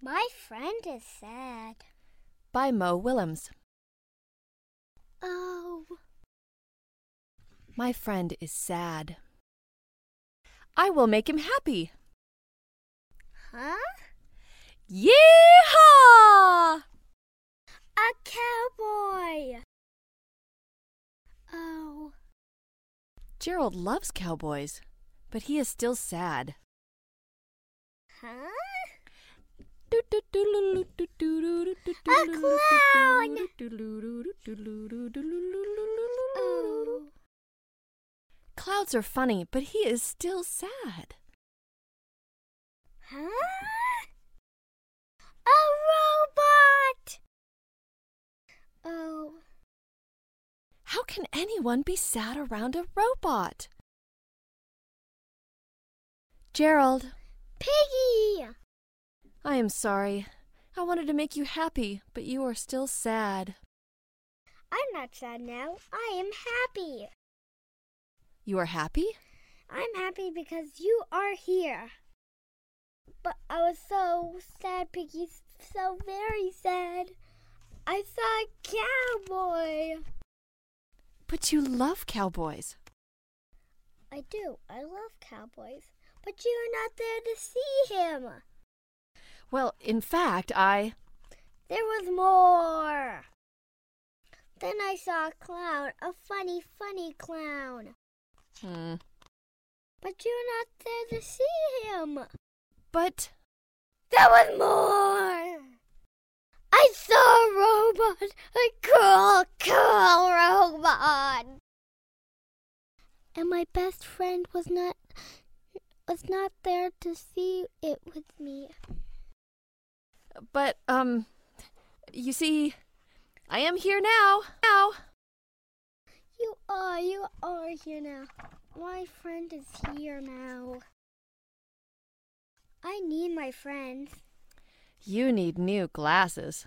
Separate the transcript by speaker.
Speaker 1: My friend is sad.
Speaker 2: by Mo Willems.
Speaker 1: Oh,
Speaker 2: My friend is sad. I will make him happy.
Speaker 1: huh?
Speaker 2: Yeehaw!
Speaker 1: A cowboy. Oh,
Speaker 2: Gerald loves cowboys, but he is still sad.
Speaker 1: huh?
Speaker 2: A
Speaker 1: clown! Oh,
Speaker 2: Clouds are funny, but he is still sad.
Speaker 1: huh? A robot. Oh,
Speaker 2: How can anyone be sad around a robot? Gerald,
Speaker 1: piggy.
Speaker 2: I am sorry. I wanted to make you happy, but you are still sad.
Speaker 1: I'm not sad now. I am happy.
Speaker 2: You are happy?
Speaker 1: I'm happy because you are here. But I was so sad, Piggy. So very sad. I saw a cowboy.
Speaker 2: But you love cowboys.
Speaker 1: I do. I love cowboys. But you were not there to see him.
Speaker 2: Well, in fact, I.
Speaker 1: There was more. Then I saw a clown, a funny, funny clown.
Speaker 2: Hmm.
Speaker 1: But you were not there to see him.
Speaker 2: But.
Speaker 1: There was more. I saw a robot, a cool, cool robot. And my best friend was not was not there to see it with me.
Speaker 2: But, um. You see, I am here now. Now.
Speaker 1: You are, you are here now. My friend is here now. I need my friends.
Speaker 2: You need new glasses.